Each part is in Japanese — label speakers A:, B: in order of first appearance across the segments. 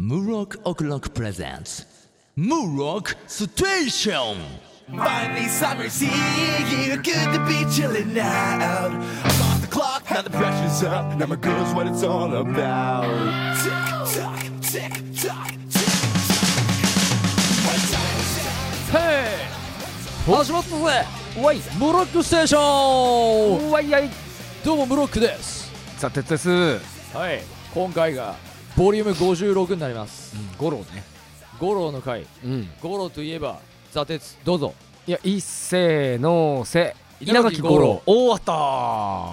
A: Murok O'Clock presents Murok Station!
B: Finally, summer's here. Good to be chilling out. I'm off the clock, now the pressure's up. Now my girl's what it's all about. Tick tock, tick tock, tick tock.
C: 始まったぜわいムロックステーションわいやいどうもムロックです
D: さてです
C: はい今回がボリューム56になります、
D: 五郎ね
C: 五郎の回
D: うん
C: 五郎といえば座鉄どうぞ
D: いや一世のせ
C: 稲
D: 稲
C: 垣
D: 垣
C: 吾
D: 吾
C: 郎
D: 郎おわった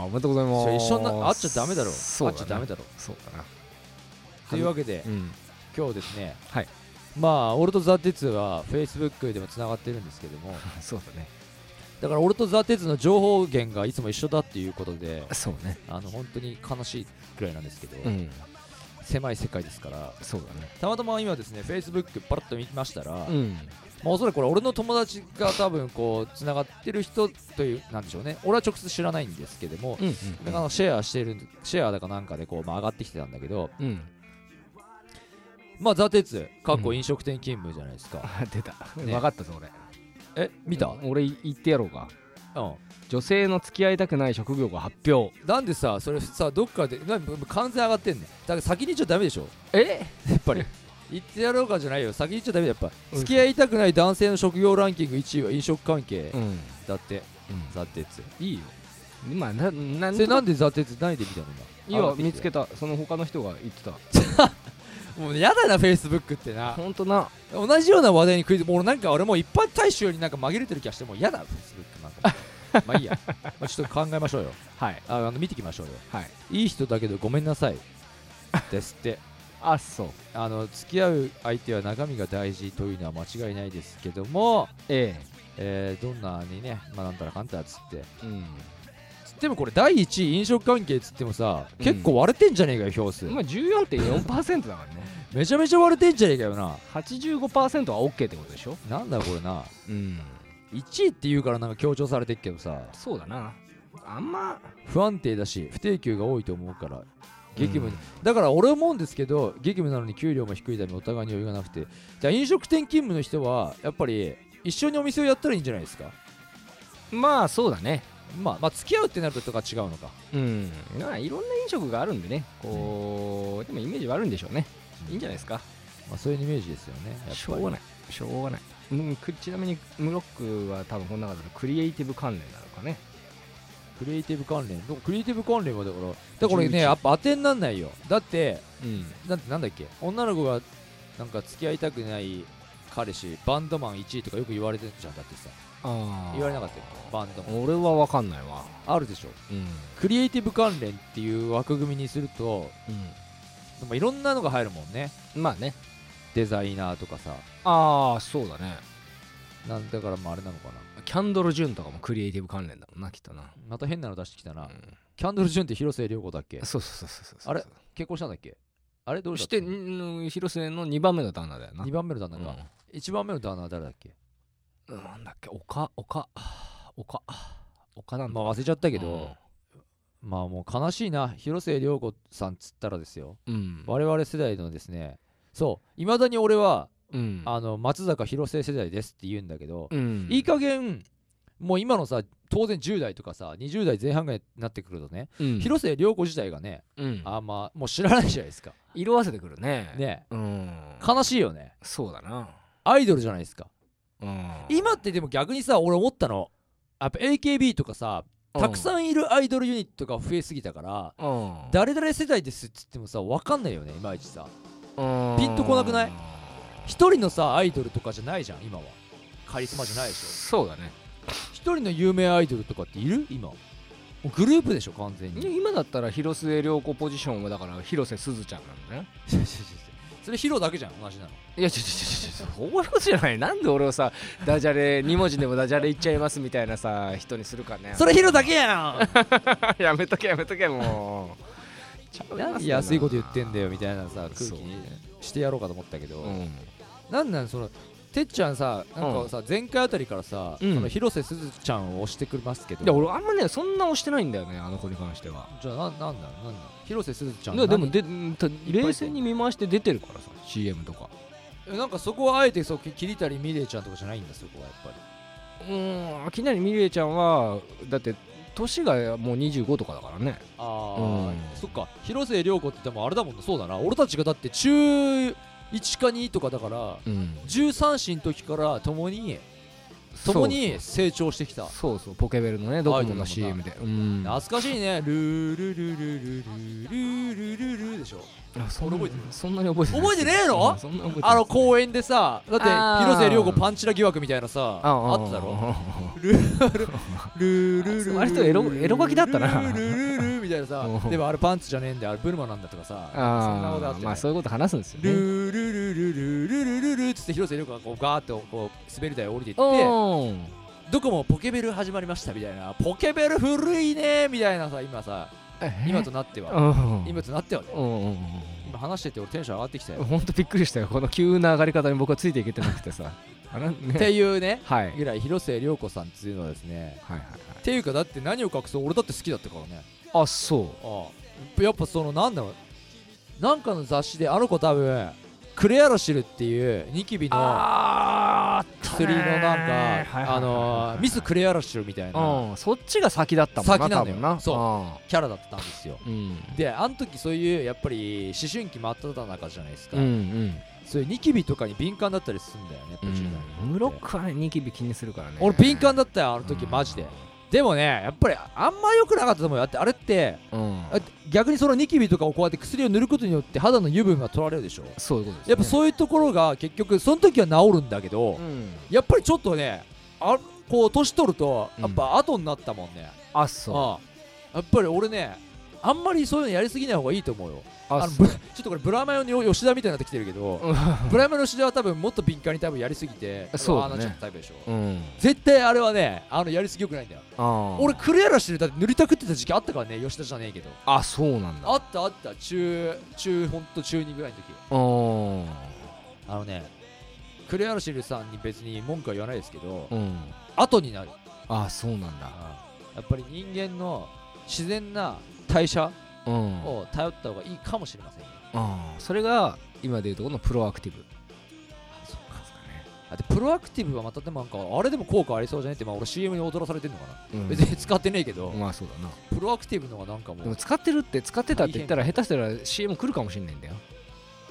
D: おめでとうございます
C: 一緒になあっちゃダメだろ
D: そうだ、ね、
C: あっちゃダメだろ
D: そうだな
C: というわけで
D: うん
C: 今日ですね
D: はい
C: まあ俺と座鉄は Facebook でもつながってるんですけど も
D: そうだね
C: だから俺と座鉄の情報源がいつも一緒だっていうことで
D: そうね
C: あの本当に悲しいくらいなんですけど、
D: うん
C: 狭い世界ですから
D: そうだね
C: たまたま今ですね Facebook パラッと見ましたら、
D: うん
C: まあ、おそらくこれ俺の友達が多分こうつながってる人というなんでしょうね俺は直接知らないんですけども、
D: うん
C: あのシェアしてるシェアだかなんかでこう、まあ、上がってきてたんだけど
D: うん
C: まあ座鉄かっこ
D: うん
C: 飲食店勤務じゃないですか、
D: あ出た
C: ね
D: 分かったぞ俺
C: え見た、うん
D: 俺言ってやろうか女性の付き合いたくない職業が発表
C: なんでさそれさどっかでな完全上がってんねんだから先に言っちゃダメでしょ
D: え
C: やっぱり言ってやろうかじゃないよ先に言っちゃダメだよやっぱ付き合いたくない男性の職業ランキング1位は飲食関係
D: うん、うん、
C: だって、座鉄
D: いいよまあななん
C: それなんで座鉄何で見たの
D: い
C: 今
D: や見つけ
C: た
D: たその他の人が言ってた
C: もうやだなフェイスブックって な
D: ほんとな
C: 同じような話題に食いもう俺なんか俺もう一般大衆になんか紛れてる気がしてもうやだフェイスブックなん かまあいいや、まあ、ちょっと考えましょうよ
D: はい
C: ああの見てきましょうよ
D: はい
C: いい人だけどごめんなさいですって
D: あそう
C: あの付き合う相手は中身が大事というのは間違いないですけども、
D: え
C: えーどんなにね、まあ、なんたらかんたらつって
D: えうん
C: つってもこれ第1位飲食関係つってもさ、
D: うん
C: 結構割れてんじゃねえかよ票数
D: 今14.4%だからね
C: めちゃめちゃ割れてんじゃねえかよな
D: 85%は OK ってことでしょ
C: なんだこれな
D: うん
C: 1位って言うからなんか強調されてっけどさ
D: そうだなあんま
C: 不安定だし不定給が多いと思うから激務に、だから俺思うんですけど激務なのに給料も低いためお互いに余裕がなくてじゃあ飲食店勤務の人はやっぱり一緒にお店をやったらいいんじゃないですか
D: うんまあそうだね
C: まあまあ付き合うってなるととか違うのか
D: うんまあいろんな飲食があるんでねこう、でもイメージはあるんでしょうねいいんじゃないですか
C: まあそういうイメージですよねや
D: しょうが
C: っぱ
D: ないしょうがない、うん、くちなみにムロックは多分この中だとクリエイティブ関連なのかね
C: りクリエイティブ関連どこクリエイティブ関連はだからだからこれね
D: 11
C: やっぱ当てになんないよだって
D: うん
C: なんてなんだっけ女の子がなんか付き合いたくない彼氏バンドマン1位とかよく言われてるじゃんだってさ
D: ああ
C: 言われなかったよバンドマン
D: 俺は分かんないわ
C: あるでしょ
D: うん、
C: クリエイティブ関連っていう枠組みにすると、まあ、いろんなのが入るもんね
D: まあね
C: デザイナーとかさ
D: ああそうだね
C: なんだからまああれなのかな
D: キャンドル・ジュンとかもクリエイティブ関連だもんなきっとな、
C: また変なの出してきたな、
D: うん
C: キャンドル・ジュンって広末涼子だっけ
D: そうそうそうそうそう
C: あれ結婚したんだっけあれどうし
D: したて
C: 2
D: ん広末の2番目の旦那だよな
C: 番目の旦那
D: 目
C: が、一1番目の旦那は誰だっけ
D: うん、なんだっけ岡岡岡岡なんだ
C: まあ忘れちゃったけど、
D: う
C: まあもう悲しいな広末涼子さんつったらですよ
D: うん、
C: 我々世代のですねそういまだに俺は、
D: うん
C: あの松坂広末世代ですって言うんだけど、
D: うん
C: いい加減もう今のさ当然10代とかさ20代前半ぐらいになってくるとね、
D: うん
C: 広末涼子自体がね
D: うん
C: あんまもう知らないじゃないですか
D: 色あせてくるね
C: ね
D: うん
C: 悲しいよね
D: そうだな
C: アイドルじゃないですか
D: うん
C: 今ってでも逆にさ俺思ったのやっぱ AKB とかさたくさんいるアイドルユニットが増えすぎたから
D: うん
C: 誰々世代ですっつってもさ分かんないよねいまいちさ
D: うん
C: ピンとこなくない一人のさアイドルとかじゃないじゃん今はカリスマじゃないでしょ
D: そうだね
C: 一人の有名アイドルとかっている今もうグループでしょ完全に
D: 今だったら広末涼子ポジションはだから広瀬すずちゃんなんだね
C: 違う違う違う違う それヒロだけじゃん同じなの
D: いやちょちょちょちょ そういうことじゃないなんで俺をさダジャレ2文字でもダジャレ言っちゃいますみたいなさ人にするかね
C: それヒロだけ や
D: れやめとけやめとけもう
C: ん なんで安いこと言ってんだよみ
D: い
C: たいなさ空気
D: そう
C: にしてやろうかと思ったけど、
D: うん
C: なんなんそのてっちゃんさなんかさ、前回あたりからさ、
D: うん
C: その広瀬すずちゃんを推してくれますけど
D: いや俺あんまねそんな押してないんだよねあの子に関しては
C: じゃあななんだなんだ広瀬すずちゃん
D: ででも
C: 何
D: でうんた冷静に見回して出てるからさ CM とか
C: えなんかそこはあえてそうき桐谷美玲ちゃんとかじゃないんだそこはやっぱり
D: うーんきなりみれいちゃんはだって年がもう25とかだからね
C: あ
D: ー
C: そっか広瀬涼子ってでもあれだもんなそうだな俺たちがだって中1か2とかだから
D: うん
C: 13歳の時から共に共に成長してきた
D: そうそうポケベルのねドコモの
C: アイドル
D: CM
C: の
D: でうん
C: 懐かしいねルールルルルルルルルルルでしょ
D: あそん
C: 俺覚えてる
D: そんなに覚えてない
C: 覚えてねえの
D: うんそんな覚えてない
C: あの公園でさだって
D: あー
C: 広瀬涼子パンチラ疑惑みたいなさ
D: あ
C: あ
D: あ
C: っただろ
D: あ
C: ルールルルルル
D: 割とエロエロ書きだったな
C: ルルルルルみたいなさ
D: うん
C: でもあれパンツじゃねえんだよあれブルマなんだとかさそんなことあって
D: あー
C: ね
D: まあそういうこと話すんですよね
C: ルールルルルルルルルっつって広瀬涼子がこうガーッとこう滑り台を降りていって
D: おー
C: どこもポケベル始まりましたみたいなポケベル古いねみたいなさ今さ今となっては
D: うん
C: 今となってはね
D: うんうん
C: 今話してて俺テンション上がってきた
D: うん
C: よ
D: ほんとびっくりしたよこの急な上がり方に僕はついていけてなくてさ あらね
C: っていうね
D: はいはい
C: ぐらい広瀬涼子さんっていうのはですね
D: はいはい
C: っていうかだって何を隠そう俺だって好きだったからね
D: あそ
C: ああやっぱそのなんだろうなんかの雑誌であの子多分クレアロシルっていうニキビ
D: う
C: の
D: あ
C: 薬のなんかあのーミスクレアロシルみたいな
D: うんそっちが先だったもんな
C: 先な
D: 多
C: のよ
D: 分な
C: そう
D: あ
C: キャラだったんですよ
D: ーうん
C: であの時そういうやっぱり思春期真っ只中じゃないですか、
D: うんうん
C: そういうニキビとかに敏感だったりするんだよねやっぱ10代の時って
D: ムロックはねニキビ気にするからね
C: 俺敏感だったよあの時マジででもねやっぱりあんま良くなかったと思うよだってあれって
D: うん
C: あ逆にそのニキビとかをこうやって薬を塗ることによって肌の油分が取られるでしょ
D: そういうことですね
C: やっぱそういうところが結局その時は治るんだけど、
D: うん
C: やっぱりちょっとねあこう年取ると
D: うん
C: やっぱ後になったもんね、
D: あそう
C: ああやっぱり俺ねあんまりそういうのやりすぎない方がいいと思うよあの
D: そう
C: ぶちょっとこれブラマヨの吉田みたいになってきてるけど、
D: うん
C: ブラマヨの吉田は多分もっと敏感に多分やりすぎて
D: そう
C: あ
D: だ
C: のあ
D: ね
C: あなっちゃったタイプでしょ、
D: うん
C: 絶対あれはねあのやりすぎよくないんだよ
D: あ
C: 俺クレアラしてるだって塗りたくってた時期あったからね吉田じゃねえけど
D: あそうなんだ
C: あったあった中中ほんと中2ぐらいの時
D: うん
C: あのねクレアラシルさんに別に文句は言わないですけど、
D: うん
C: 後になる
D: あそうなんだ
C: やっぱり人間の自然な代謝
D: うん
C: を頼った方がいいかもしれませんよ
D: あーそれが今でいうとこのプロアクティブ
C: あそっかあでプロアクティブはまたでもなんかあれでも効果ありそうじゃねって、まあ、俺 CM に踊らされてんのかな、
D: うん
C: 別に使ってねえけど、
D: まあそうだな
C: プロアクティブのがなんかも
D: で
C: う
D: も使ってるって使ってたって言ったら下手したら CM 来るかもしれないんだよ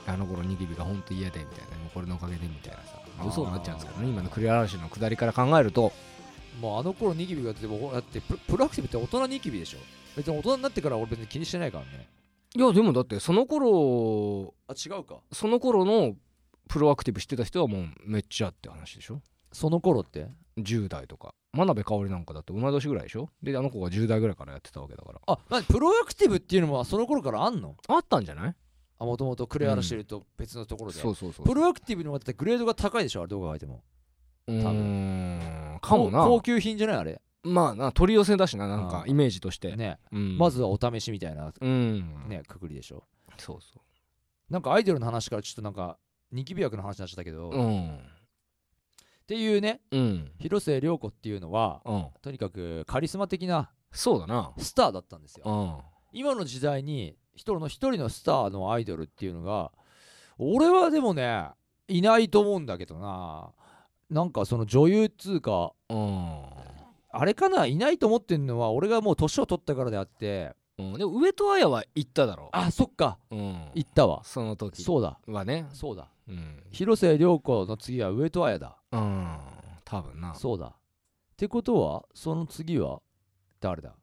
D: あの頃ニキビが本当嫌でみたいなもうこれのおかげでみたいなさ、まあ、嘘になっちゃうんですけどね今のクリアラシの下りから考えると
C: もうあの頃ニキビが出てもだってププロアクティブって大人ニキビでしょ別に大人になってから俺別に気にしてないからね
D: いやでもだってその頃
C: あ違うか
D: その頃のプロアクティブしてた人はもうめっちゃって話でしょ
C: その頃って
D: 10代とか真鍋かおりなんかだって同い年ぐらいでしょであの子が10代ぐらいからやってたわけだから
C: あ何プロアクティブっていうのもその頃からあんの
D: あったんじゃない
C: あもともとクレアラシルと別のところで、
D: そうそうそう
C: プロアクティブの方がだってグレードが高いでしょあれどう考えても
D: うーんかも
C: 高高
D: な
C: 級品じゃないあれ
D: まあな取り寄せだしななんか
C: うん
D: イメージとして、
C: ね、
D: うん
C: まずはお試しみたいな
D: うん
C: ねくくりでしょ
D: そうそ
C: なんかアイドルの話からちょっとなんかニキビ薬の話になっちゃったけど、
D: う
C: っ
D: ん
C: ていうね
D: うん
C: 広末涼子っていうのは
D: うん
C: とにかくカリスマ的な
D: そうだな
C: スターだったんですよ
D: うん
C: 今の時代に一人の一人のスターのアイドルっていうのが俺はでもねいないと思うんだけどななんかその女優っつうか
D: うん
C: あれかないないと思ってんのは俺がもう年を取ったからであって
D: うんでも上戸彩は行っただろ
C: あそっか
D: うん
C: 行ったわ
D: その時
C: そうだ
D: はね
C: そうだ
D: うん
C: 広末涼子の次は上戸彩だ
D: うん多分な
C: そうだってことはその次は誰だ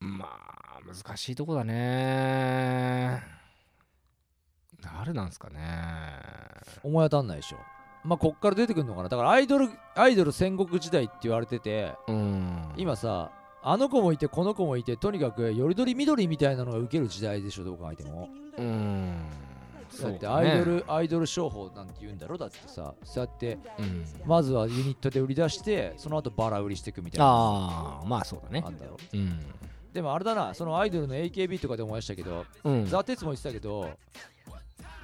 D: まあ難しいとこだね誰なんすかね
C: 思い当たんないでしょまあこっから出てくるのかなだからアイドルアイドル戦国時代って言われてて
D: うん
C: 今さあの子もいてこの子もいてとにかくよりどり緑みたいなのが受ける時代でしょどう考えても
D: うん
C: だって
D: か
C: ア
D: ね
C: イドル、アイドル商法なんて言うんだろだってさそうやって
D: うん
C: まずはユニットで売り出してその後バラ売りしていくみたいな
D: ああまあそうだね
C: あんだろ
D: うん
C: でもあれだなそのアイドルの AKB とかで思いましたけど
D: うん
C: ザ・テツも言ってたけど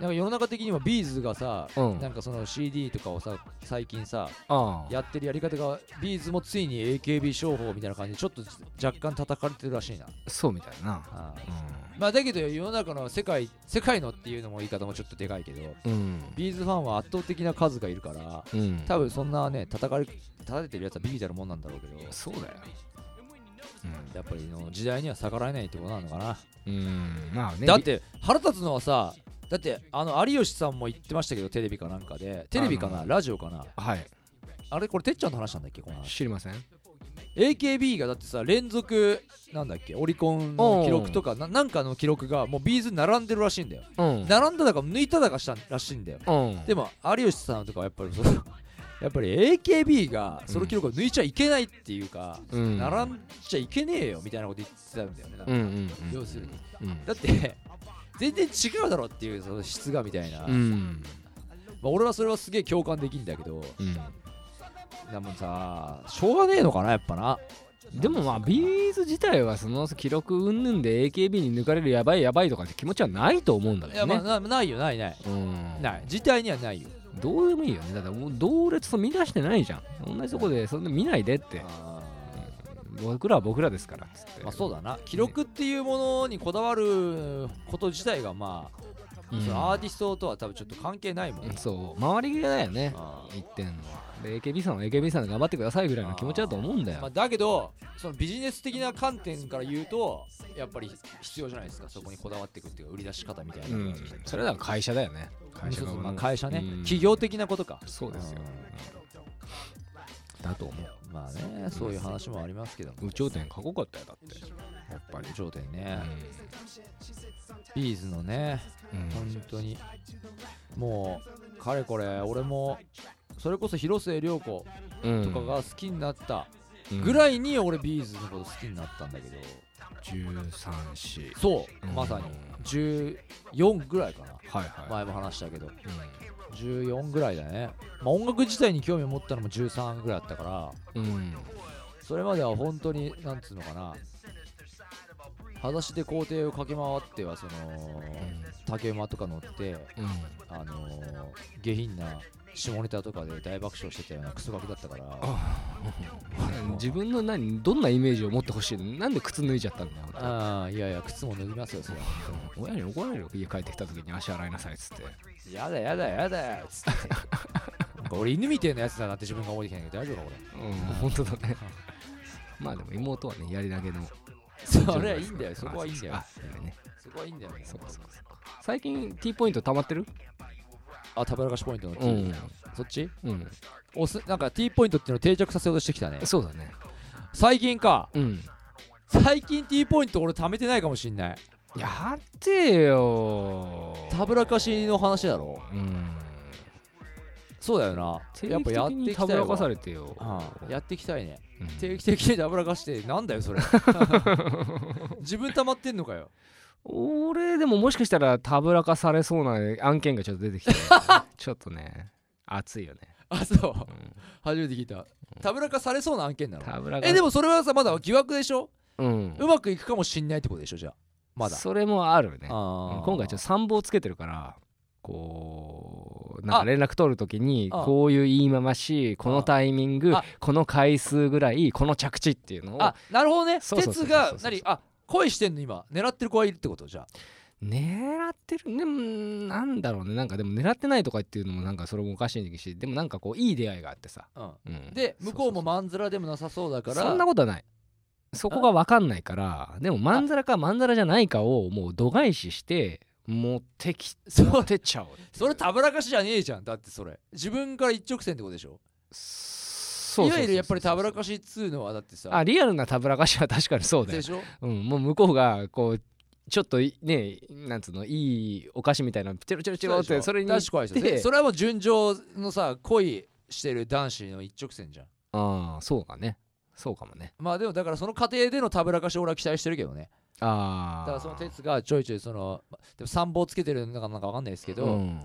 C: なんか世の中的にはビーズがさ、
D: うん
C: なんかその CD とかをさ最近さ
D: ああ
C: やってるやり方がビーズもついに AKB 商法みたいな感じでちょっと若干叩かれてるらしいな、
D: そうみたいだな
C: あーまあだけど世の中の世界世界のっていうのも言い方もちょっとでかいけど
D: うん
C: ビーズファンは圧倒的な数がいるから
D: うん、うん、
C: 多分そんなね叩かれ叩いてるやつはビビたるもんなんだろうけど
D: そうだよ
C: やっぱりの時代には逆らえないってことなのかな
D: うん、うん、まあね
C: だって腹立つのはさだってあの有吉さんも言ってましたけどテレビかなんかでテレビか
D: あ
C: なラジオかな
D: はい
C: あれこれてっちゃんの話なんだっけこの話
D: 知りません
C: AKB がだってさ連続なんだっけオリコンの記録とかななんかの記録がもうビーズに並んでるらしいんだよ
D: うん
C: 並んだだか抜いただかしたらしいんだよ
D: うん
C: でも有吉さんとかはやっぱりその やっぱり AKB がその記録を抜いちゃいけないっていうか、
D: うん
C: 並んじゃいけねえよみたいなこと言ってたんだよね、
D: うんうんうん
C: 要するに
D: うん
C: だって全然違うだろっていうその質がみたいな、
D: う
C: ま
D: ん
C: あ、俺はそれはすげえ共感できんだけど
D: うん
C: でもさしょうがねえのかなやっぱな
D: でもまあビーズ自体はその記録云々で AKB に抜かれるやばいやばいとかって気持ちはないと思うんだけ
C: いや
D: ど
C: ま
D: ね、
C: あなないよないない
D: うん
C: ない事態にはないよ
D: どうでもいいよねだってもう同列と見出してないじゃん同じとこでそんな見ないでって僕らは僕らですからっつって
C: まあそうだな記録っていうものにこだわること自体がまあ、
D: うん
C: そのアーティストとは多分ちょっと関係ないもん、
D: そう周りがだよね
C: あー
D: 言ってんので AKB さんは AKB さんで頑張ってくださいぐらいの気持ちだと思うんだ
C: まあ、
D: よ
C: だけどそのビジネス的な観点から言うとやっぱり必要じゃないですかそこにこだわっていくっていうか売り出し方みたいな、
D: うんそれは会社だよね会
C: そう
D: 社
C: そう
D: が
C: まあ会社ね、
D: うん
C: 企業的なことか
D: そうですよだと思う
C: まあねそういう話もありますけども
D: 有頂天かっこよかったよだってやっぱり
C: 頂点ね、ビーズのね
D: うん
C: 本当にもうかれこれ俺もそれこそ広末涼子
D: うん
C: とかが好きになった
D: うん
C: ぐらいに俺ビーズのこと好きになったんだけど
D: 13四
C: そう
D: うん
C: まさに14ぐらいかな
D: はいは
C: 前も話したけど
D: い
C: 14ぐらいだね、まあ、音楽自体に興味を持ったのも13ぐらいだったから
D: うんうん
C: それまでは本当になんつうのかな裸足で校庭を駆け回ってはその竹馬とか乗って
D: うん
C: あのー下品な下ネタとかで大爆笑してたようなクソガキだったから
D: 自分の何どんなイメージを持ってほしいのなんで靴脱いじゃったんだよ俺
C: ああいやいや靴も脱ぎますよそれは
D: 親に怒られるよ家帰ってきた時に足洗いなさいっつって
C: やだやだやだっつってなんか俺犬みてえなやつだなって自分が覚えてきたんだけど大丈夫か
D: うん本当だね まあでも妹はねやり投げの
C: 俺それはいいんだよそこはいいんだよ
D: あそうですかあね
C: そこはいいんだよね
D: そうかそうかそうか最近 T ポイント溜まってる
C: あたぶらかしポイントの T、そっち
D: うん
C: おすなんか T ポイントっていうのを定着させようとしてきたね
D: そうだね
C: 最近か
D: うん
C: 最近 T ポイント俺貯めてないかもしんない
D: やってよ
C: たぶらかしの話だろ
D: うん
C: そうだよなや
D: や
C: っ
D: っ
C: ぱ
D: ぱ
C: や
D: や
C: っ
D: ってて
C: いき
D: き
C: た
D: た
C: い
D: ぶらかさ
C: わ
D: れてよ
C: うんやっていきたいね
D: うん
C: 定期的にダブらかしてなんだよ それ自分溜まってんのかよ
D: 俺でももしかしたらたぶらかされそうな案件がちょっと出て きてちょっとね熱いよね、
C: あそう
D: うん
C: 初めて聞いたたぶらかされそうな案件なの
D: たぶらか
C: えでもそれはさまだ疑惑でしょ
D: うん
C: うまくいくかもしんないってことでしょじゃあまだ
D: それもあるね
C: あ
D: 今回ちょっと
C: と
D: 参謀つけてるからこうなんか連絡取るときに
C: あ
D: こういう言い回しこのタイミング
C: あ
D: この回数ぐらいこの着地っていうのを
C: あなるほどね
D: そうそうそうそ
C: 鉄
D: うそう
C: が何あ恋してんの今狙ってる子がいるってことじゃあ
D: 狙ってるねうんなんだろうねなんかでも狙ってないとかっていうのもなんかそれもおかしいしでもなんかこういい出会いがあってさ、
C: うん
D: うん
C: で向こうもまんざらでもなさそうだから
D: そんなことはないそこが分かんないからでもまんざらかまんざらじゃないかをもう度外視して持ってき
C: そう
D: 持ってっちゃおうっていう
C: それたぶらかしじゃねえじゃんだってそれ自分から一直線ってことでしょ
D: そうそうそうそう
C: いわゆるやっぱりたぶらかしっつうのはだってさ
D: あリアルなたぶらかしは確かにそうだ
C: で
D: よ、
C: しょ
D: うん、もう向こうがこうちょっといねなんつうのいいお菓子みたいなのチロチロチロってそれに
C: 確かに
D: で
C: それはもう純情のさ恋してる男子の一直線じゃん
D: ああそうかねそうかもね
C: まあでもだからその過程でのたぶらかし俺は期待してるけどね
D: あ
C: だか
D: あ
C: らその哲がちょいちょいそのまでも参謀つけてるのかなんかわかんないですけど、
D: うん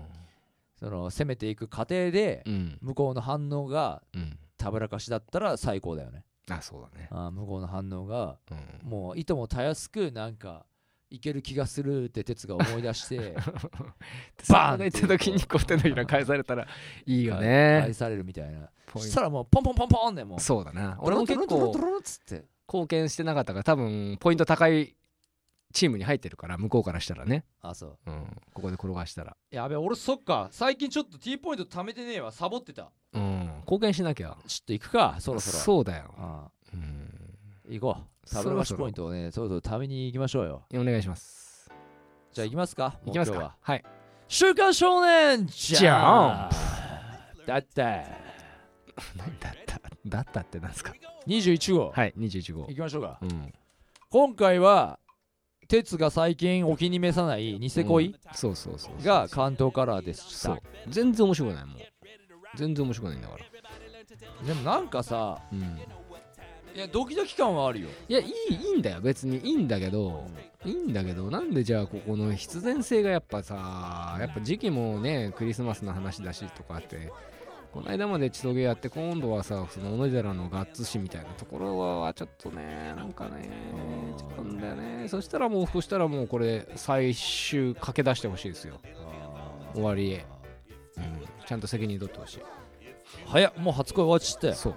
C: その攻めていく過程で
D: うん
C: 向こうの反応が
D: うん
C: たぶらかしだったら最高だよね
D: あそうだね
C: あー向こうの反応が
D: うん
C: もういともたやすくなんかいける気がするって哲が思い出して
D: バーンって言った時にこう手のひら返されたらいいよね
C: 愛されるみたいな
D: ポ
C: そ
D: イン
C: し
D: ト
C: たらもうポンポンポンポンでもう
D: そうだな俺も結
C: ドロン
D: 構
C: ドロンドロンドロンっつって
D: 貢献してなかったから多分ポイント高いチームに入ってるから向こうからしたらね、
C: あそう
D: うん、ここで転がしたら、
C: やべ俺そっか最近ちょっと T ポイント貯めてねえわサボってた
D: うん、貢献しなきゃ
C: ちょっと行くかそろそろ
D: そうだよ、
C: ああ
D: うん、
C: 行こう食べ逃しポイントをねそろそろ貯めに行きましょうよ
D: お願いします
C: じゃあ行きますか
D: いきます
C: もう今日は
D: か はい
C: 週刊少年ジャンプだって
D: 何だっただったってなんですか
C: 21号、
D: はい21号
C: 行きましょうか
D: うん
C: 今回は哲が最近お気に召さないニセ恋
D: そうそうそう
C: が関東カラーでし
D: そ
C: た、
D: う全然面白くないもう全然面白くないんだから
C: でもなんかさ
D: うん
C: いやドキドキ感はあるよ
D: いやいいいいんだよ別にいいんだけどいいんだけどなんでじゃあここの必然性がやっぱさやっぱ時期もねクリスマスの話だしとかあってこの間まで千棘やって今度はさその小野寺のガッツ氏みたいなところはちょっとねなんかねちょっとなんだよねそしたらもうそしたらもうこれ最終駆け出してほしいですよ終わりへ、うん、ちゃんと責任取ってほしい
C: 早っもう初恋終わっちゃって
D: そう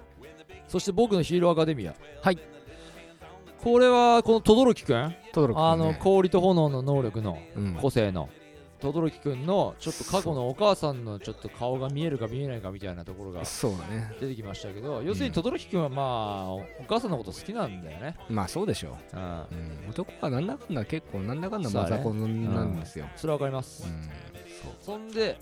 C: そして僕のヒーローアカデミア
D: はい
C: これはこの轟くん
D: トドロ
C: あの氷と炎の能力の
D: うん
C: 個性の轟くんのちょっと過去のお母さんのちょっと顔が見えるか見えないかみたいなところが
D: そうだね
C: 出てきましたけど要するに轟くんはまあお母さんのこと好きなんだよね
D: まあそうでしょう
C: うん
D: うん、男はなんだかんだ結構なんだかんだマザコンなんですよ。
C: それはわかります
D: うん
C: そんで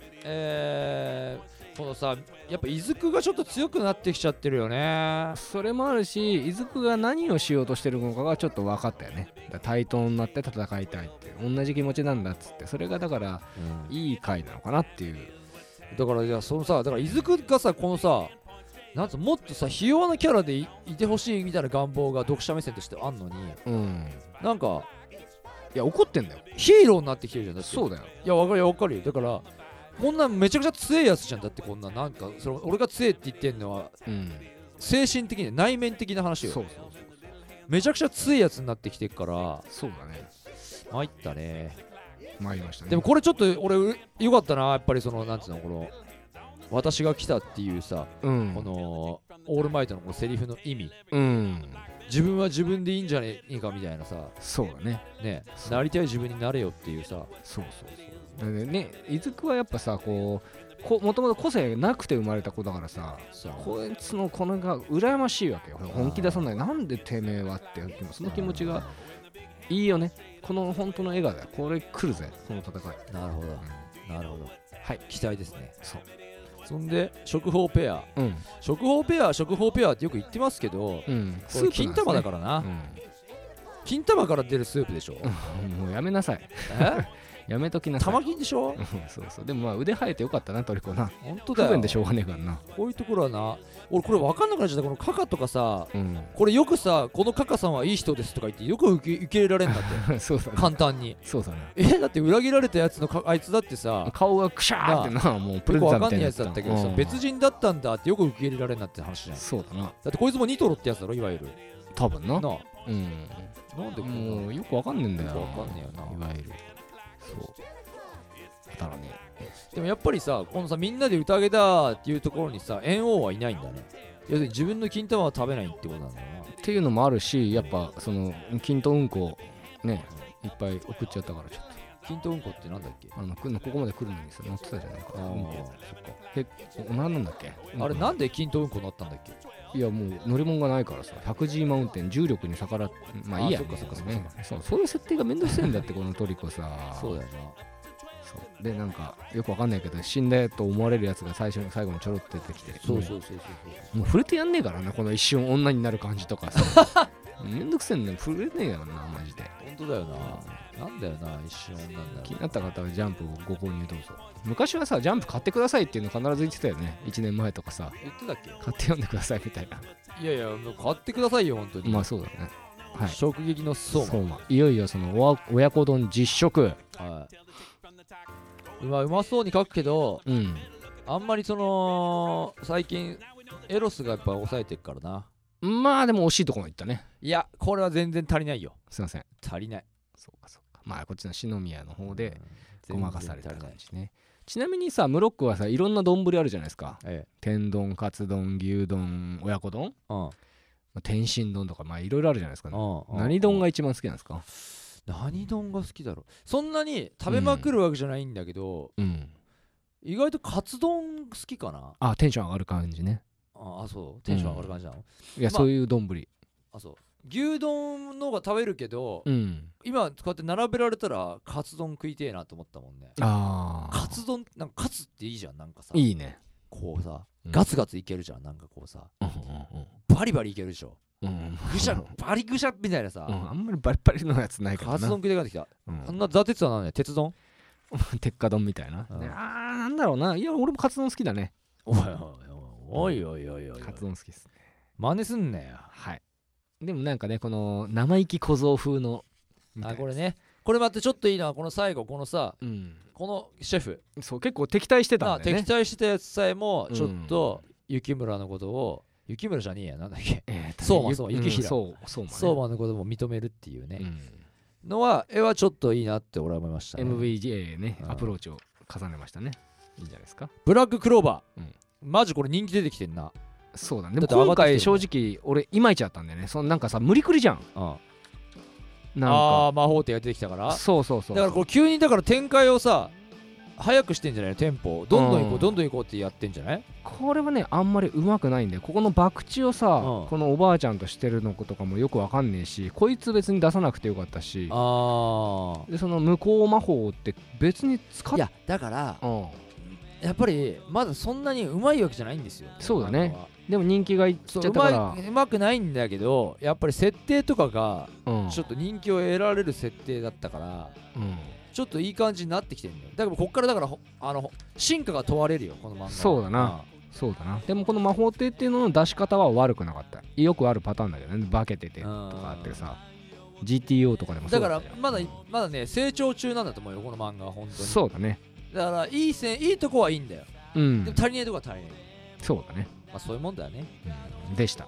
C: えーこのさやっぱ伊豆くがちょっと強くなってきちゃってるよね
D: それもあるし、伊豆くが何をしようとしてるのかがちょっと分かったよね。だから対等になって戦いたいっていう、同じ気持ちなんだっつって、それがだからいい回なのかなっていう。
C: だからいやそのさだから伊豆くんがさこのさなんつうもっとさひ弱なキャラでいいてほしいみたいな願望が読者目線としてあんのに
D: うん。
C: なんか
D: いや、怒ってんだよ。
C: ヒーローになってきてるじゃんだって
D: そうだよ。
C: いやわかるよわかるよだからこんなんめちゃくちゃ強いやつじゃんだってこんなんなんかそれ俺が強いって言ってんのは
D: うん。
C: 精神的に内面的な話
D: そう
C: よ
D: そうそう。
C: めちゃくちゃ強いやつになってきてるから
D: そうだね。
C: 参ったね
D: 参りましたね。
C: でもこれちょっと俺うよかったなやっぱりそのなんつうのこの私が来たっていうさ
D: うん
C: こ。のオールマイトのこのセリフの意味
D: うん。
C: 自分は自分でいいんじゃねえかみたいなさ
D: そうだね。
C: ね
D: そう
C: なりたい自分になれよっていうさ
D: そうそうそう。だからね、伊豆くはやっぱさ、こう、こもともと個性なくて生まれた子だからさ、
C: さ
D: こいつのこのが羨ましいわけよ本気出さないなんでてめえはってでもその気持ちがいいよねこの本当の笑顔だよこれ来るぜこの戦い、
C: なるほど
D: う
C: なるほど
D: はい
C: 期待ですね
D: そう
C: そんで食法ペア
D: ん、うん
C: 食法ペア食法ペアってよく言ってますけど
D: うん、
C: これ金玉だかららな、金玉から出るスープで しょ
D: うん、もうやめなさい
C: え
D: やめときなさい
C: 玉金でしょ
D: うんそうそうでもまあ腕生えてよかったなトリコな
C: 本当
D: 不
C: だよ
D: 便でしょうがねえからな
C: こういうところはな俺これ分かんなくなっちゃったこのカカとかさ
D: うん
C: これよくさこのカカさんはいい人ですとか言ってよく受け受け入れられんだって
D: そうだね
C: 簡単に
D: そうだね
C: えだって裏切られたやつのかあいつだってさ
D: 顔がクシャーってなもうプ
C: よく
D: レゼ
C: 分
D: ン
C: か
D: み
C: ん
D: た
C: ないい
D: にな
C: や
D: っ
C: つ
D: てた
C: だったけどさ別人だったんだってよく受け入れられんなって話じゃんだ
D: そうだな
C: ってこいつもニトロってやつだろいわゆる
D: 多分な
C: なあ
D: うん
C: なんでこんな
D: もうよくわかんねえんだよ
C: よくわかんねえよない
D: わゆるそうだからね
C: でもやっぱりさこのさみんなで宴だっていうところにさ猿王はいないんだね要するに自分の金玉は食べないってことなんだよな
D: っていうのもあるしやっぱその金とうんこねいっぱい送っちゃったからちょっと
C: 金とうんこってなんだっけ
D: あのくここまで来るのにさ乗ってたじゃないか
C: あー
D: うんこ結構何なんだっけ
C: あれ
D: うん
C: なんで金とうんこになったんだっけ
D: いやもう乗り物がないからさ 100G マウンテン重力に逆らってまあいいや
C: あそっかそっかそっか
D: ねそうそういう設定がめんどくせえんだってこのトリコさ
C: そうだよ
D: そうでなんかよくわかんないけど死んだと思われるやつが最初に最後にちょろっと出てきて
C: なそうそうそうそう
D: もう触れてやんねえからなこの一瞬女になる感じとかさ めんどくせえんだよ触れねえよなマジで
C: 本当だよななんだよな一瞬女なんだ
D: 気になった方はジャンプをご購入どうぞ昔はさジャンプ買ってくださいっていうの必ず言ってたよね1年前とかさ
C: 言ってたっ
D: 買って読んでくださいみたいな
C: けいやいやもう買ってくださいよ本当に、
D: まあそうだねはい
C: 直撃の相馬
D: うまいよいよそのおわ親子丼実食
C: はいうまうまそうに書くけど
D: うん
C: あんまりその最近エロスがやっぱ抑えてるからな
D: まあでも惜しいところいったね
C: いやこれは全然足りないよ
D: すいません
C: 足りない
D: そうかそうかまあこっちの篠宮の方でごまかされた感じねちなみにさムロックはさいろんな丼あるじゃないですか
C: ええ
D: 天丼カツ丼牛丼親子丼
C: うん
D: まあ天津丼とかまあいろいろあるじゃないですか、ね、
C: うんうん
D: 何丼が一番好きなんですか
C: 何丼が好きだろうそんなに食べまくるわけじゃないんだけど、
D: うん
C: 意外とカツ丼好きかな
D: あテンション上がる感じね
C: ああそうテンション上がる感じなの、
D: いや、
C: まあ
D: そういう丼ぶり
C: あそう牛丼の方が食べるけど、
D: うん
C: 今こうやって並べられたらカツ丼食いてえなと思ったもんね
D: あ
C: カツ丼なんかカツっていいじゃんなんかさ
D: あいいね
C: こうさ
D: うん
C: ガツガツいけるじゃんなんかこうさ
D: うん
C: バリバリいけるでしょ
D: うんうんうん
C: ぐしゃバリぐしゃみたいなさ、
D: うんあんまりバリバリのやつないから
C: カ
D: な
C: ツ丼食いたくなってきた、
D: うん
C: あんな座鉄はなんだよ鉄丼
D: 鉄火丼みたいな、
C: うん
D: ねあーなんだろうないや俺もカツ丼好きだね
C: おいおいおいおいおいおいおい
D: カツ丼好きですね
C: 真似すんなよ
D: はいでもなんかねこの生意気小僧風のみたい
C: あ
D: な
C: これねこれまたちょっといいのはこの最後このさ
D: うん
C: このシェフ
D: そう結構敵対してた
C: が
D: んだよ
C: 敵
D: ね
C: 対してたやつさえもちょっと雪村のことを雪村じゃねえやなんだっけ
D: えーと
C: そうまそう
D: ゆ
C: 雪平
D: うんそうそうまね
C: 相馬のことも認めるっていう
D: う
C: ね
D: ん
C: のは絵はちょっといいなって俺は思いましたね
D: MVJ ね
C: うん
D: アプローチを重ねましたねいいんじゃないですか
C: ブラッククローバー
D: うん
C: マジこれ人気出てきてんな
D: そうだねで
C: だ
D: も
C: って上がってきてる
D: 今
C: もん
D: 回正直俺いまいちだったんだよねそのなんかさ無理くりじゃん
C: あ
D: なんか
C: あー魔法帝が出てきたから
D: そうそうそう
C: だからこれ急にだから展開をさ早くしてんじゃないのテンポをどんどん行こ
D: う
C: うんどんどん行こうってやってんじゃない
D: これはねあんまりうまくないんでここの博打をさ、
C: うん
D: このおばあちゃんとしてるのことかもよくわかんねえしこいつ別に出さなくてよかったし
C: ああ
D: でその無効魔法って別に使っ
C: いやだから
D: うん、
C: やっぱりまだそんなにうまいわけじゃないんですよ
D: そうだ
C: なん
D: ね
C: か
D: でも人気がいっちゃ
C: そう
D: った
C: う
D: か
C: ま
D: ら
C: いうまくないんだけどやっぱり設定とかが
D: うん
C: ちょっと人気を得られる設定だったから
D: うん
C: ちょっといい感じになってきてるんだよだからこっからだからほあの進化が問われるよこの漫画は
D: そうだなそうだなでもこの魔法帝っていうのの出し方は悪くなかったよくあるパターンだけどね化けててとかあってさ GTO とかで
C: う
D: も
C: んだ
D: そう
C: か
D: だ
C: ら
D: ったじゃん
C: まだまだね成長中なんだと思うよこの漫画は本当に
D: そうだね
C: だからいい線いいとこはいいんだよ
D: う
C: で
D: ん
C: も足りないとこは足りない
D: そうだね
C: まあそういうもんだよね
D: うんでした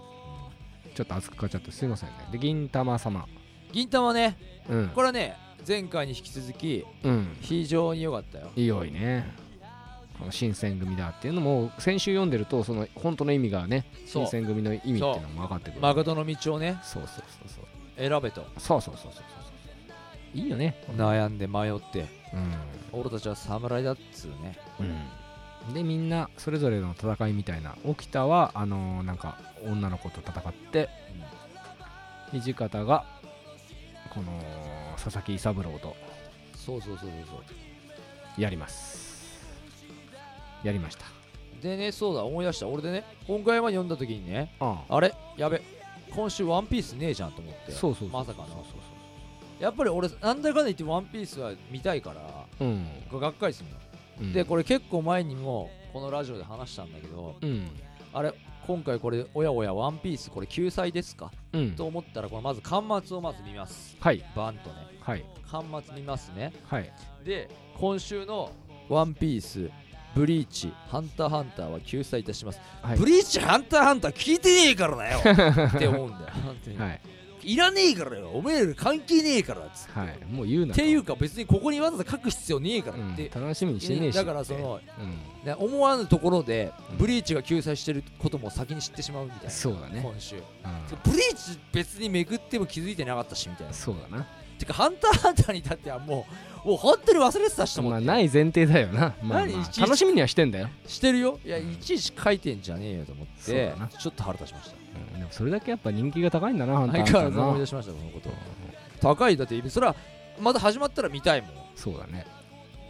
D: ちょっと熱く語っちゃってすいませんねで銀玉様
C: 銀玉ね
D: うん
C: これはね前回に引き続き
D: うん
C: 非常に良かったよ
D: 良いねこの新選組だっていうのも先週読んでるとその本当の意味がね
C: そう
D: 新選組の意味っていうのも分かってくる
C: 誠の道をね
D: そうそうそう
C: 選べと
D: そうそうそうそうそうそうそういいよね
C: 悩んで迷って
D: う
C: 俺たちは侍だっつうね
D: ん、うん、でみんなそれぞれの戦いみたいな沖田はあのーなんか女の子と戦って土方がこの佐々木伊三郎と
C: そうそうそうそうそ
D: やりますやりました
C: うでねそうだ思い出した俺でね今回まで読んだ時にね
D: あ
C: あれやべ今週ワンピースねえじゃんと思って
D: そうそうそう
C: まさかの
D: そうそう
C: やっぱり俺なんだかんだ言ってワンピースは見たいから
D: そううん
C: がっかりするの、
D: うん
C: でこれ結構前にもこのラジオで話したんだけど
D: うん
C: あれ今回これおやおやワンピースこれ救済ですか、
D: うん
C: と思ったらこのまず巻末をまず見ます
D: はい
C: バンとね
D: はい
C: 巻末見ますね
D: はい
C: で今週の「ワンピースブリーチハンターハンターは救済いたします、
D: はい
A: ブリーチハンターハンター聞いてねえからなよ
C: って思うんだよ本当に
D: はい
A: いらねえからよおめえら関係ねえからっつって
D: はいもう言うな
C: っていうか別にここにわざわざ書く必要ねえから
D: うん
C: って、
D: 楽しみにしてねえし
C: だからその、
D: うん
C: ね思わぬところで
D: うん
C: ブリーチが救済してることも先に知ってしまうみたいな
D: そうだね
C: 今週
D: うん
C: ブリーチ別にめくっても気づいてなかったしみたいな
D: そうだな
C: てかハンターハンターに至ってはもうもう本当に忘れてたしと思
D: ま
C: っ
D: あ
C: て、
D: ない前提だよなまあ
C: 何
D: ま
C: いちい
D: あ
C: ち
D: 楽しみにはしてんだよ
C: してるよいや
D: うん
C: いちいち書いてんじゃねえよと思っ
D: そう
C: て
D: だな
C: ちょっと腹立ちました
D: うんでもそれだけやっぱ人気が高いんだなハンター
C: 相変
D: ハンタ
C: わら
D: ー
C: ず思い出
D: な
C: しましたこのこと高いだってそれはまた始まったら見たいもん
D: そうだね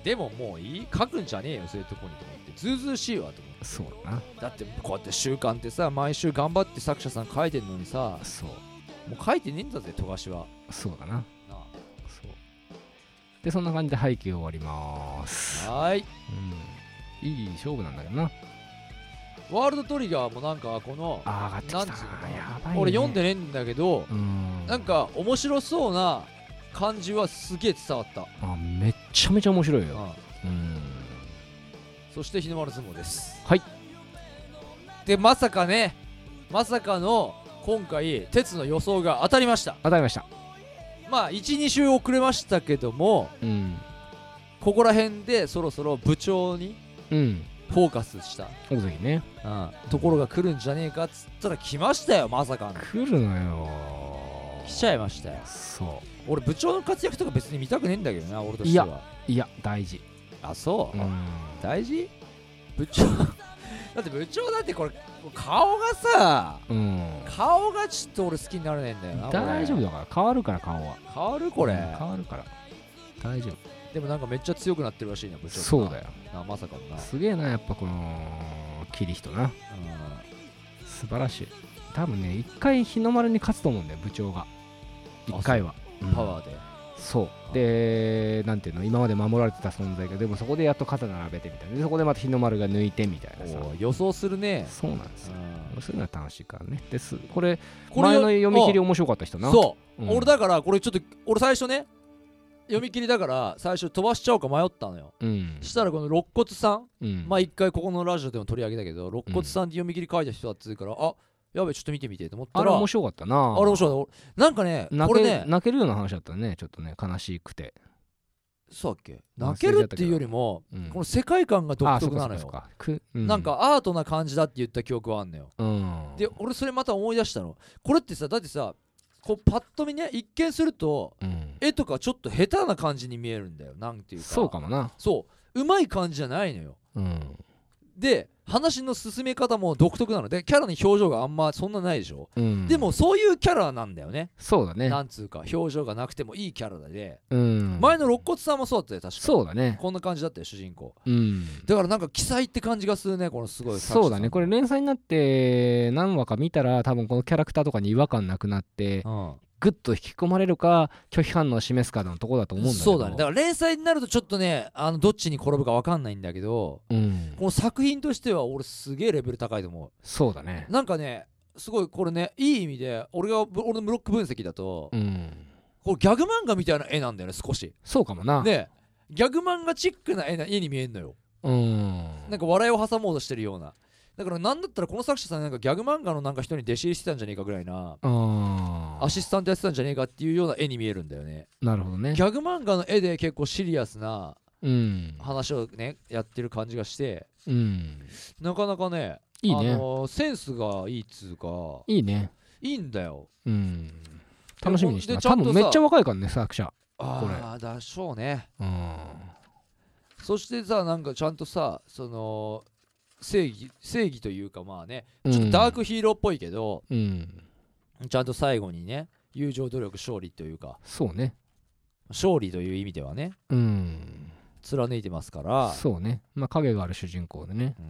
C: でももういい書くんじゃねえよそういうとこにと思ってずうずうしいわと思って
D: そうだな
C: だってこうやって週刊ってさ毎週頑張って作者さん書いてんのにさ
D: そう
C: もう書いてねえんだぜ富樫は
D: そうだな
C: なあ
D: そうでそんな感じで背景終わります
C: はーい
D: うんいい勝負なんだけどな
C: ワールドトリガーもなんかこの
D: あー上
C: な
D: がっ
C: ん
D: て
C: つ
D: き
C: うの
D: た
C: か
D: な
C: な
D: やばいね
C: 俺読んでねえんだけど
D: うん
C: なんか面白そうな感じはすげえ伝わった、
D: あめっちゃめちゃ面白いよ
C: うん
D: うん
C: そして日の丸相撲です
D: はい
C: でまさかねまさかの今回鉄の予想が当たりました
D: 当たりました
C: まあ12週遅れましたけども
D: うん
C: ここら辺でそろそろ部長に
D: うん
C: フォーカスした、
D: 大関ね
C: うん、ところが来るんじゃねえかっつったら来ましたよまさかの
D: 来るのよ
C: 来ちゃいましたよ
D: そ
C: 俺部長の活躍とか別に見たくねえんだけどな俺としてはい
D: ういや大事
C: あそう、
D: うん
C: 大事部長 だって部長だってこれ顔がさ
D: うん
C: 顔がちょっと俺好きになれないんだよな
D: 大丈夫
C: だ
D: だから変わるから顔は
C: 変わるこれ、
D: うん変わるから大丈夫
C: でもなんかめっちゃ強くなってるらしいな部長
D: そうだ
C: よ
D: よ
C: まさかのな、
D: すげえなやっぱこのキリヒトな素晴らしい多分ね一回日の丸に勝つと思うんだよ部長が
C: あ
D: 一回は
C: うんパワーで、
D: そう
C: あ
D: でなんていうの今まで守られてた存在がでもそこでやっと肩並べてみたいなでそこでまた日の丸が抜いてみたいなさ
C: おー予想するね、
D: そうなんですよ
C: うん
D: そういうのは楽しいからねですこれ
C: これ
D: 前の読み切り面白かった人な
C: そう、
D: うん
C: 俺だからこれちょっと俺最初ね読み切りだから最初飛ばしちゃおうか迷ったのよ
D: うん
C: したらこの肋骨さん、
D: うん
C: まあ一回ここのラジオでも取り上げたけど肋骨さんって読み切り書いた人だっつうから、あやべえちょっと見てみてと思った
D: あれ
C: ら
D: 面白かったな
C: あれ面白い俺なんかね
D: 泣
C: こ
D: け
C: れね
D: 泣けるような話だったねちょっとね悲しくて、
C: そうだっけ
D: 忘れ
C: 泣
D: ちゃ
C: け
D: った
C: る
D: けど
C: っていうよりも、
D: うん
C: この世界観が独
D: あそ
C: 特
D: うか
C: な
D: そう
C: の
D: か
C: よ
D: そうかくう
C: なんかアートな感じだって言った記憶はあんのよ
D: うん
C: で俺それまた思い出したのこれってさだってさこうパッと見ね一見すると
D: うん
C: 絵とかちょっと下手な感じに見えるんだよなんていうか
D: そうかもな
C: そううまい感じじゃないのよ
D: うん
C: で話の進め方も独特なのでキャラに表情があんまそんなないでしょ、
D: うん
C: でもそういうキャラなんだよね
D: そうだね
C: なんつうか表情がなくてもいいキャラだで、
D: うん
C: 前の肋骨さんもそうだったよ確か
D: そうだね
C: こんな感じだったよ主人公
D: うん
C: だからなんか奇才って感じがするねこのすごい作者さん
D: そうだねこれ連載になって何話か見たら多分このキャラクターとかに違和感なくなって
C: うん
D: グッと引き込まれるか拒否反応を示すかのとこだと思うんだけど
C: そうだねだから連載になるとちょっとねあのどっちに転ぶか分かんないんだけど
D: うん
C: この作品としては俺すげえレベル高いと思
D: そうだね
C: うなんかねすごいこれねいい意味で俺が俺のブロック分析だと、
D: うん
C: これギャグ漫画みたいな絵なんだよね少し
D: そうかもな
C: でギャグ漫画チックな絵な絵に見えんのよ
D: うん
C: なんか笑いを挟もうとしてるようなだからなんだったらこの作者さんなんかギャグ漫画のなんか人に弟子入りしてたんじゃねえかぐらいな
D: あー
C: アシスタントやってたんじゃねえかっていうような絵に見えるんだよね
D: なるほどね
C: ギャグ漫画の絵で結構シリアスな
D: うん
C: 話をねやってる感じがして
D: うん
C: なかなかね
D: いい
C: あ
D: ね
C: のーセンスがいいっつうか
D: いいね
C: いいんだよ
D: うん楽しみにしてます
C: でちゃ
D: 多
C: んとさ
D: 分めっちゃ若いからね作者
C: ああだしょうね
D: うん
C: そしてさなんかちゃんとさその正義正義というかまあねちょっとダークヒーローっぽいけど、
D: うん
C: ちゃんと最後にね友情努力勝利というか
D: そうね
C: 勝利という意味ではね
D: うん
C: 貫いてますから
D: そうね、まあ、影がある主人公でね、
C: う
D: うん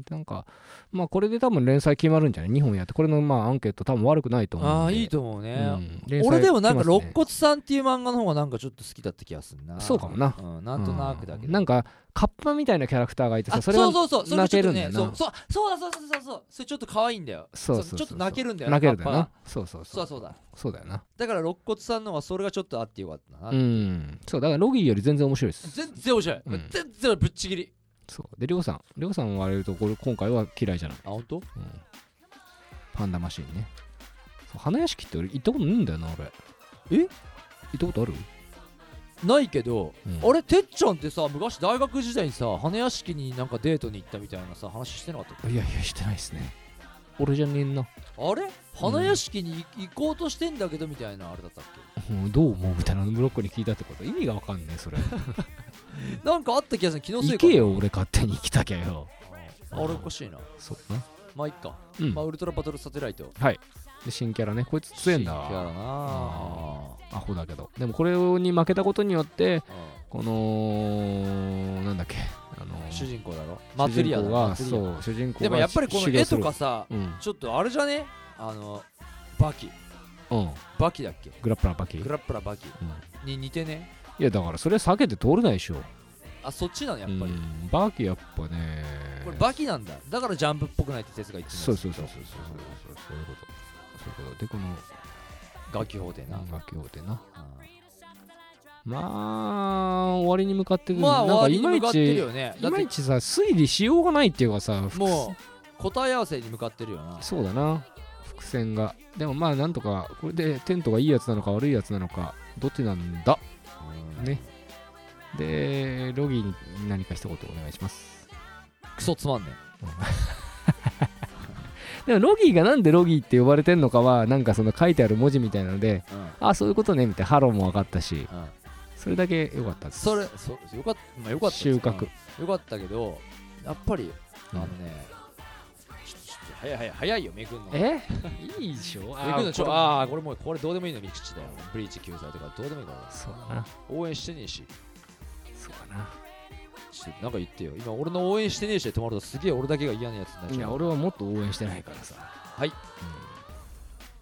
D: ん、なんか、まあ、これで多分連載決まるんじゃない ?2 本やって、これのまあアンケート、多分悪くないと思うんで。
C: ああいい
D: と
C: と思うね、俺でもなんか「肋骨さん」っていう漫画の方がなんかちょっと好きだった気がするな
D: そうかもな、
C: うん、なんとなくだけど、
D: なんか、カッパみたいなキャラクターがいて
C: あ
D: さ、
C: そ
D: それが
C: うそうそうそれ
D: 泣
C: ちょ
D: け
C: っと
D: るんだ
C: ね
D: よな
C: そうそうそうだそうだそうだそうだそれちょっと可愛いんだよ
D: そうそうそうそう
C: ちょっと泣けるんだよ
D: 泣けるんだよ
C: カッ
D: な
C: パ。
D: そうそう
C: そ
D: そうう。
C: そうだ
D: そうだよな。
C: だから肋骨さんの方がそれがちょっとあってよかったな、
D: うん。そう、だからロギーより全然面白いです。
C: 全然面白い、
D: うん
C: 全然ぶっちぎり
D: そう。で、りょうさん。りょうさんを割れると、これ今回は嫌いじゃない。
C: あ本当
D: うんパンダマシーンね。そう花屋敷って俺行ったことないんだよな、俺。
C: え
D: 行ったことある
C: ないけど、
D: うん
C: あれてっちゃんってさ昔大学時代にさ花屋敷になんかデートに行ったみたいなさ話してなかったっけ
D: いやいや、してないですね。俺じゃねえな。
C: あれ花屋敷に行行こうとしてんだけどみたいなあれだったっ
D: うんどう思うみたいなのブロックに聞いたってこと意味がわかんねえ、それ。
C: け、なんかあった気がする気のせ
D: 行
C: いか
D: けよ、俺勝手に来たきゃよ。
C: ああれおかしいな
D: そうな。
C: まあいっか、
D: うん
C: まあウルトラバトルサテライト
D: はい。で、新キャラね。こいつ強えんだ
C: 新キャ
D: わ。
C: ラな
D: アホだけど。でもこれに負けたことによって、
C: う
D: この、なんだっけ、あの
C: ん
D: ー、
C: 主人公だろ
D: 主
C: 祭り
D: 人
C: や
D: 公
C: な
D: が、
C: 祭り
D: そ
C: 屋
D: う、主人公が
C: でもやっぱりこの
D: 修行
C: 絵
D: す
C: と
D: る
C: かさ
D: うん。
C: ちょっとあれじゃねあのバキ
D: うん。
C: バキだっけ
D: グラップラーバキ。う
C: グ
D: ん
C: ラップラバキに似てね
D: いや、だからそれ避けて通れないでしょ。
C: あそっちなのやっぱり、
D: うんバキやっぱね。
C: これバキなんだだからジャンプっぽくないって哲が言ってる
D: そうそうそうそうそうそうそうそういうことそういうことでこの
C: 楽器法廷な、
D: 楽器大手な
C: う
D: まあ終わりに向かって
C: ん
D: く
C: まあ
D: な
C: 終
D: んか
C: わ
D: い
C: りに
D: ま
C: 向
D: い
C: かってるよ
D: ち
C: ねだ
D: い
C: っ
D: まい
C: て
D: ちさ推理しようがないっていうかさ
C: もう答え合わせに向かってるよな
D: そうだな伏線がでもまあなんとかこれでテントがいいやつなのか悪いやつなのかどっちなんだねでロギーに何か一言お願いします
C: クソつまんね
D: でもロギーがなんでロギーって呼ばれてんのかはなんかその書いてある文字みたいなので
C: え、うん
D: あそういうことねみたいなハローも分かったし
C: うん、
D: それだけ良かったです
C: それそよかった、まあ、よかったです
D: 収穫
C: うんよかったけどやっぱりあ
D: うん
C: のね、ちょちょっと早い早い早いよめくんの
D: えいいでしょ
C: めくんのちょ
D: これ
C: ああこれもうこれどうでもいいのミクチだよブリーチ救済とかどうでもいいから
D: そうだな
C: 応援してねえし
D: そうだな
C: ちょっとなんか言ってよ今俺の応援してねえしで止まるとすげえ俺だけが嫌なやつになっ
D: い
C: ちゃ
D: や
C: う
D: 俺はもっと応援してないからさ
C: はい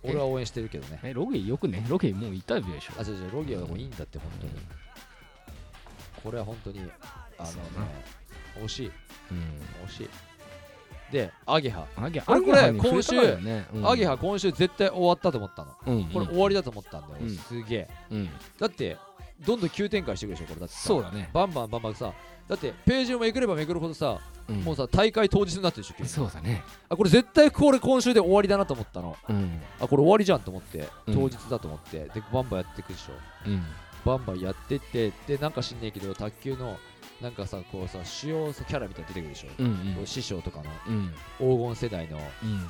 C: 俺は応援してるけどね
D: えロギーよくねロギーもう痛いでしょ
C: あ違う違うロギアはもういいんだって本当にこれは本当にあの
D: そ
C: ね
D: うだ
C: 惜しい
D: うん
C: 惜しいでアゲハ
D: アゲ
C: これこれ今週アゲ
D: ハ
C: ハ今週絶対終わったと思ったのこれ終わりだと思ったんだよ、
D: うん
C: すげえ
D: うん
C: だってどんどん急展開していくでしょこれだってさ
D: そうだね
C: バンバンバンバンさだってページをめくればめくるほどさ、
D: うん
C: もうさ大会当日になってるでしょ急に
D: そうだね
C: あこれ絶対これ今週で終わりだなと思ったの
D: うん
C: あこれ終わりじゃんと思って
D: うん
C: 当日だと思って、でバンバンやっていくでしょ
D: うん
C: バンバンやってってでなんか知んねえけど卓球のなんかさこうさ主要さキャラみたいなの出てくるでしょ、
D: うん
C: こう師匠とかの
D: うんうん
C: 黄金世代の
D: うん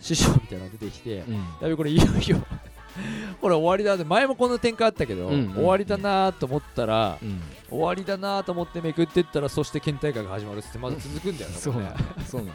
C: 師匠みたいなの出てきて、
D: うん
C: やべこれいよいよ これ終わりだって前もこの展開あったけど、
D: うんうん
C: 終わりだなーと思ったら、
D: うん
C: 終わりだなーと思ってめくってったらそして県大会が始まるっつってまだ続くんだよね
D: そう
C: こ
D: なん
C: れね
D: だそうなんだ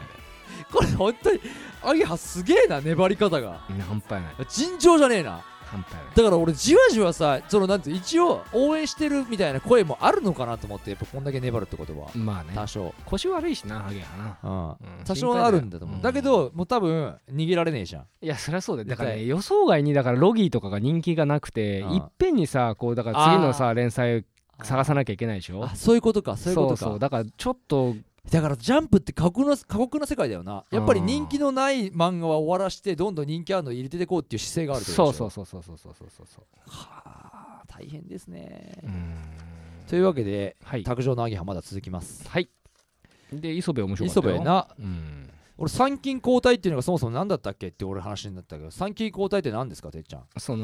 C: これ本当にアゲハすげえな粘り方が
D: うん半端ない
C: 尋常じゃねえな
D: 半端ない
C: だから俺じわじわさそのなんていう一応応援してるみたいな声もあるのかなと思ってやっぱこんだけ粘るってことは
D: まあね
C: 多少、
D: 腰悪いしなハゲはな
C: うん
D: うん
C: 多少あるんだと思う、
D: 心配
C: だ
D: よ
C: けどもう多分逃げられねえじゃん
D: いやそりゃそうだよだから
C: だ
D: ね予想外にだからロギーとかが人気がなくて
C: うん
D: いっぺんにさこうだから次のさ連載探さなきゃいけないでしょ
C: あそういうことかそういうことか
D: そうだからちょっと
C: だからジャンプって過酷な過酷な世界だよなやっぱり人気のない漫画は終わらしてどんどん人気あるのを入れていこうっていう姿勢があるってこと
D: そ
C: で
D: う
C: しょ
D: そうそうそうそうそうそうそう
C: はあ大変ですね、
D: うーん
C: というわけで
D: はい
C: 卓上のアゲハまだ続きます
D: はいで磯部面白かった
C: 磯
D: よ
C: 部な
D: うん
C: 俺参勤交代っていうのがそもそも何だったっけって俺話になったけど参勤交代って何ですかてっちゃん、
D: そ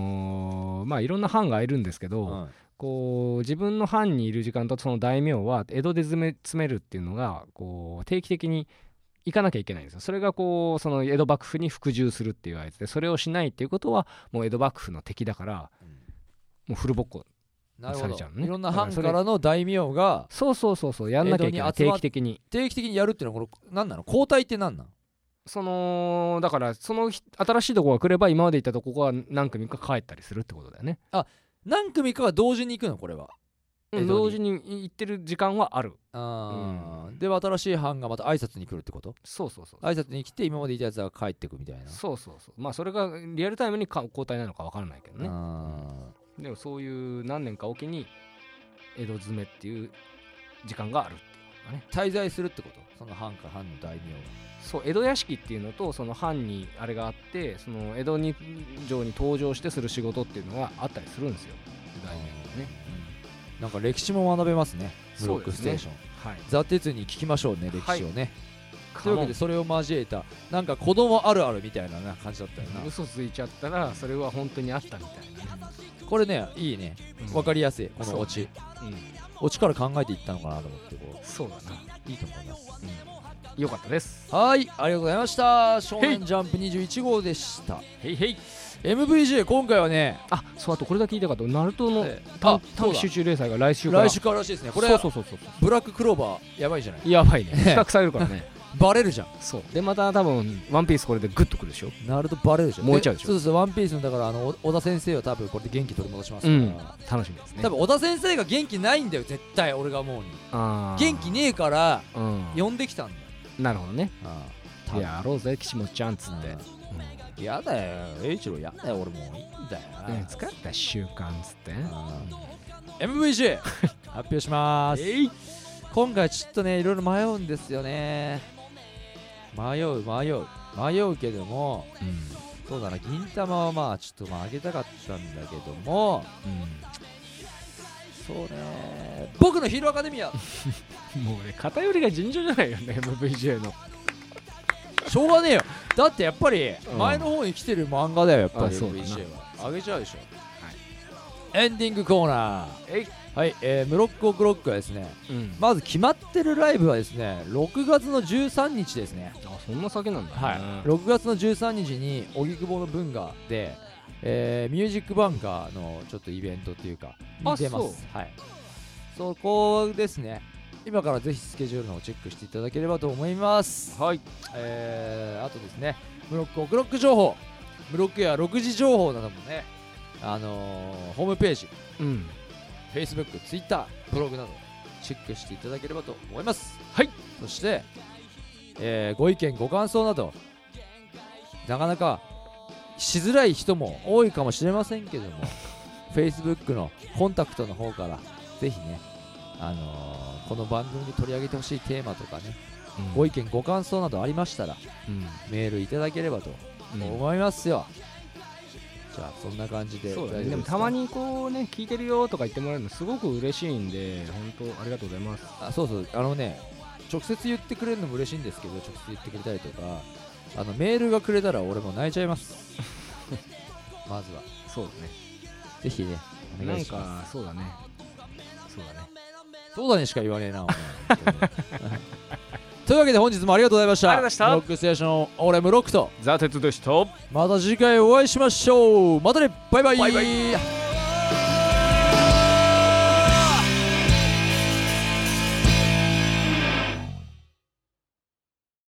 D: のまあいろんな藩がいるんですけど、
C: うん
D: こう自分の藩にいる時間とその大名は江戸で詰め詰めるっていうのがこう定期的に行かなきゃいけないんですよそれがこうその江戸幕府に服従するっていうあいつでそれをしないっていうことはもう江戸幕府の敵だから、
C: うん
D: もうフルボッコ
C: なるほ
D: さ
C: ど
D: れちゃうのね
C: いろんな藩か
D: だから
C: の大名が
D: そうそうそうそうやんなきゃいけない
C: 江戸に集
D: 定
C: まっ
D: 期的に
C: 定期的にやるっていうのはこれ何なの交代って何なの
D: そのだからその日新しいとこが来れば今まで行ったとこが何組か帰ったりするってことだよね
C: 何組かが同時に行くのこれは
D: うん
C: 江戸に
D: 同時に行ってる時間はある
C: あー、
D: うん
C: で新しい班がまた挨拶に来るってこと
D: そうそうそう
C: 挨拶に来て今までいたやつが帰ってくみたいな、
D: そうそうそうまあそれがリアルタイムにか交代なのか分からないけどね
C: あ
D: でもそういう何年かおきに江戸詰めっていう時間があるっていうのがね
C: ー滞在するってことその藩か藩の大名
D: そう江戸屋敷っていうのとその藩にあれがあってその江戸に城に登場してする仕事っていうのがあったりするんですよ大名がね
C: なんか歴史も学べますねブロ
D: そう
C: ッ
D: で
C: ク
D: す
C: ス
D: ね
C: テーション、
D: はい
C: ザ・テツに聞きましょうね歴
D: はい
C: 史をね、と
D: カ
C: いう
D: モ
C: わけでそれを交えたなんか子供あるあるみたいなな感じだったよな、
D: ン嘘ついちゃったらそれは本当にあったみたいなね
C: これねいいね
D: うん
C: わかりやすいこのオチ
D: うん
C: オチから考えていったのかなと思ってこ
D: そうだな
C: ういいと思います
D: よかったです
C: はいありがとうございました少年ジャンプ21号でした
D: へいへい
C: MVJ 今回はね
D: あそうあとこれだけ言いたかったナルトの
C: えー
D: 短
C: あそう
D: 短
C: だ
D: 期集中連載が来週から
C: 来週かららしいですねこれ
D: そうそうそうそう
C: ブラッククローバーやばいじゃない
D: やばい ね比較されるからね
C: バレるじゃん
D: そうでまた多分ワンピースこれでグッとくるでしょ
C: ナルトバレるじゃん
D: 燃えちゃうでしょ
C: そうそうワンピースのだからあのお小田先生は多分これで元気取り戻しますから、
D: うん楽しみですね
C: 多分小田先生が元気ないんだよ絶対俺が思うに
D: あー
C: 元気ねえから
D: うん
C: 呼んできたんだよ
D: なるほどね
C: 多分
D: やろうぜ岸本ちゃんっつって
C: うんやだよ栄一郎やだよ俺もういいんだよ、
D: うんうん疲れた習慣っつ って
C: うん MVC 発表します、今回ちょっとねいろいろ迷うんですよね迷う迷う迷うけども
D: うん
C: そうだな銀玉はまあちょっとまあ上げたかったんだけどもそうね僕のヒーロ ーアカデミア
D: うんもうね偏りが尋常じゃないよね MVJ の
C: しょうがねえよだってやっぱり前の方に来てる漫画だよやっぱ
D: あ
C: り
D: そうだな
C: VJ はあげちゃうでしょ、エンディングコーナー
D: えい
C: はい、えー、ムロッコクロックはですね
D: うん
C: まず決まってるライブはですね6月の13日ですね
D: あそんな先なんだ、ね、
C: はい、6月の13日に荻窪の文化で、えーミュージックバンカーのちょっとイベントというか
D: あ
C: に出ますはい、そこですね今からぜひスケジュールの方をチェックしていただければと思いますはい、えーあとですねブロックオクロック情報ブロックや6時情報などもねあのーホームページ
D: うん、
C: Facebook、Twitter、ブログなどチェックしていただければと思います。
D: はい。
C: そして、えーご意見、ご感想など、なかなかしづらい人も多いかもしれませんけども、Facebook のコンタクトの方から、ぜひね、あのーこの番組で取り上げてほしいテーマとかね、ご意見、ご感想などありましたら、
D: うん
C: メールいただければと
D: うん
C: 思いますよ。じゃあ、そんな感じで
D: そうだ
C: 大
D: ね、
C: 丈夫
D: ですも
C: か
D: たまにこうね聞いてるよとか言ってもらえるのすごく嬉しいんで本当ありがとうございます
C: あそうそうあのね直接言ってくれるのも嬉しいんですけど直接言ってくれたりとかあのメールがくれたら俺も泣いちゃいます まずは
D: そうだ
C: ぜひねお
D: ね
C: 願
D: ないん
C: しま
D: かそうだねそうだね
C: すそうだねしか言わねえなお前 というわけで本日もありがとうございました
D: ありがとうござ
C: ブ
D: いました
C: ロックステーション俺ムロックと
D: ザ・鉄でした
C: また次回お会いしましょうまたねバイバイ